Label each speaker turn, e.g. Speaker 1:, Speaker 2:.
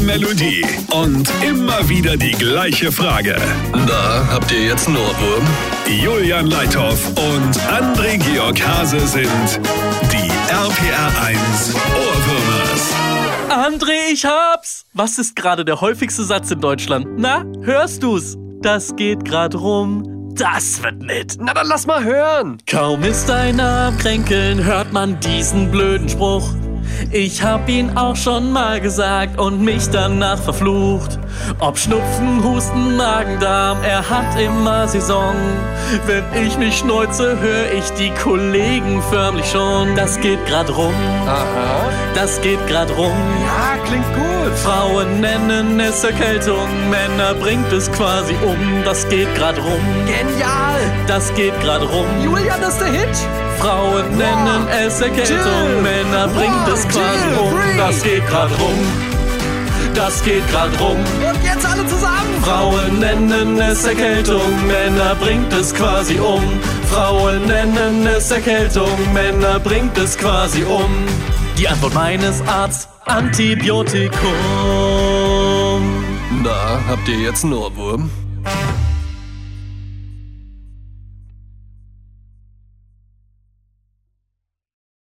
Speaker 1: Melodie und immer wieder die gleiche Frage.
Speaker 2: Na, habt ihr jetzt einen Ohrwurm?
Speaker 1: Julian Leithoff und André Georg Hase sind die RPR 1 Ohrwürmers.
Speaker 3: André, ich hab's! Was ist gerade der häufigste Satz in Deutschland? Na, hörst du's? Das geht grad rum. Das wird nett.
Speaker 2: Na, dann lass mal hören.
Speaker 3: Kaum ist einer am Kränkeln, hört man diesen blöden Spruch. Ich hab ihn auch schon mal gesagt und mich danach verflucht. Ob Schnupfen, Husten, Magen-Darm, er hat immer Saison. Wenn ich mich schneuze, hör ich die Kollegen förmlich schon. Das geht grad rum,
Speaker 2: Aha.
Speaker 3: das geht grad rum.
Speaker 2: Ja, Ah, klingt gut.
Speaker 3: Frauen nennen es Erkältung, Männer bringt es quasi um. Das geht grad rum,
Speaker 2: Genial.
Speaker 3: das geht grad rum.
Speaker 2: Julian, das ist der Hit.
Speaker 3: Frauen nennen es Erkältung,
Speaker 2: Jill.
Speaker 3: Männer bringt es
Speaker 2: One,
Speaker 3: grad
Speaker 2: two,
Speaker 3: rum.
Speaker 2: three.
Speaker 3: Das geht grad rum, das geht grad rum.
Speaker 2: Und jetzt alle zusammen.
Speaker 3: Frauen nennen es Erkältung, Männer bringt es quasi um. Frauen nennen es Erkältung, Männer bringt es quasi um. Die Antwort meines Arzt, Antibiotikum.
Speaker 2: Na, habt ihr jetzt einen Ohrwurm?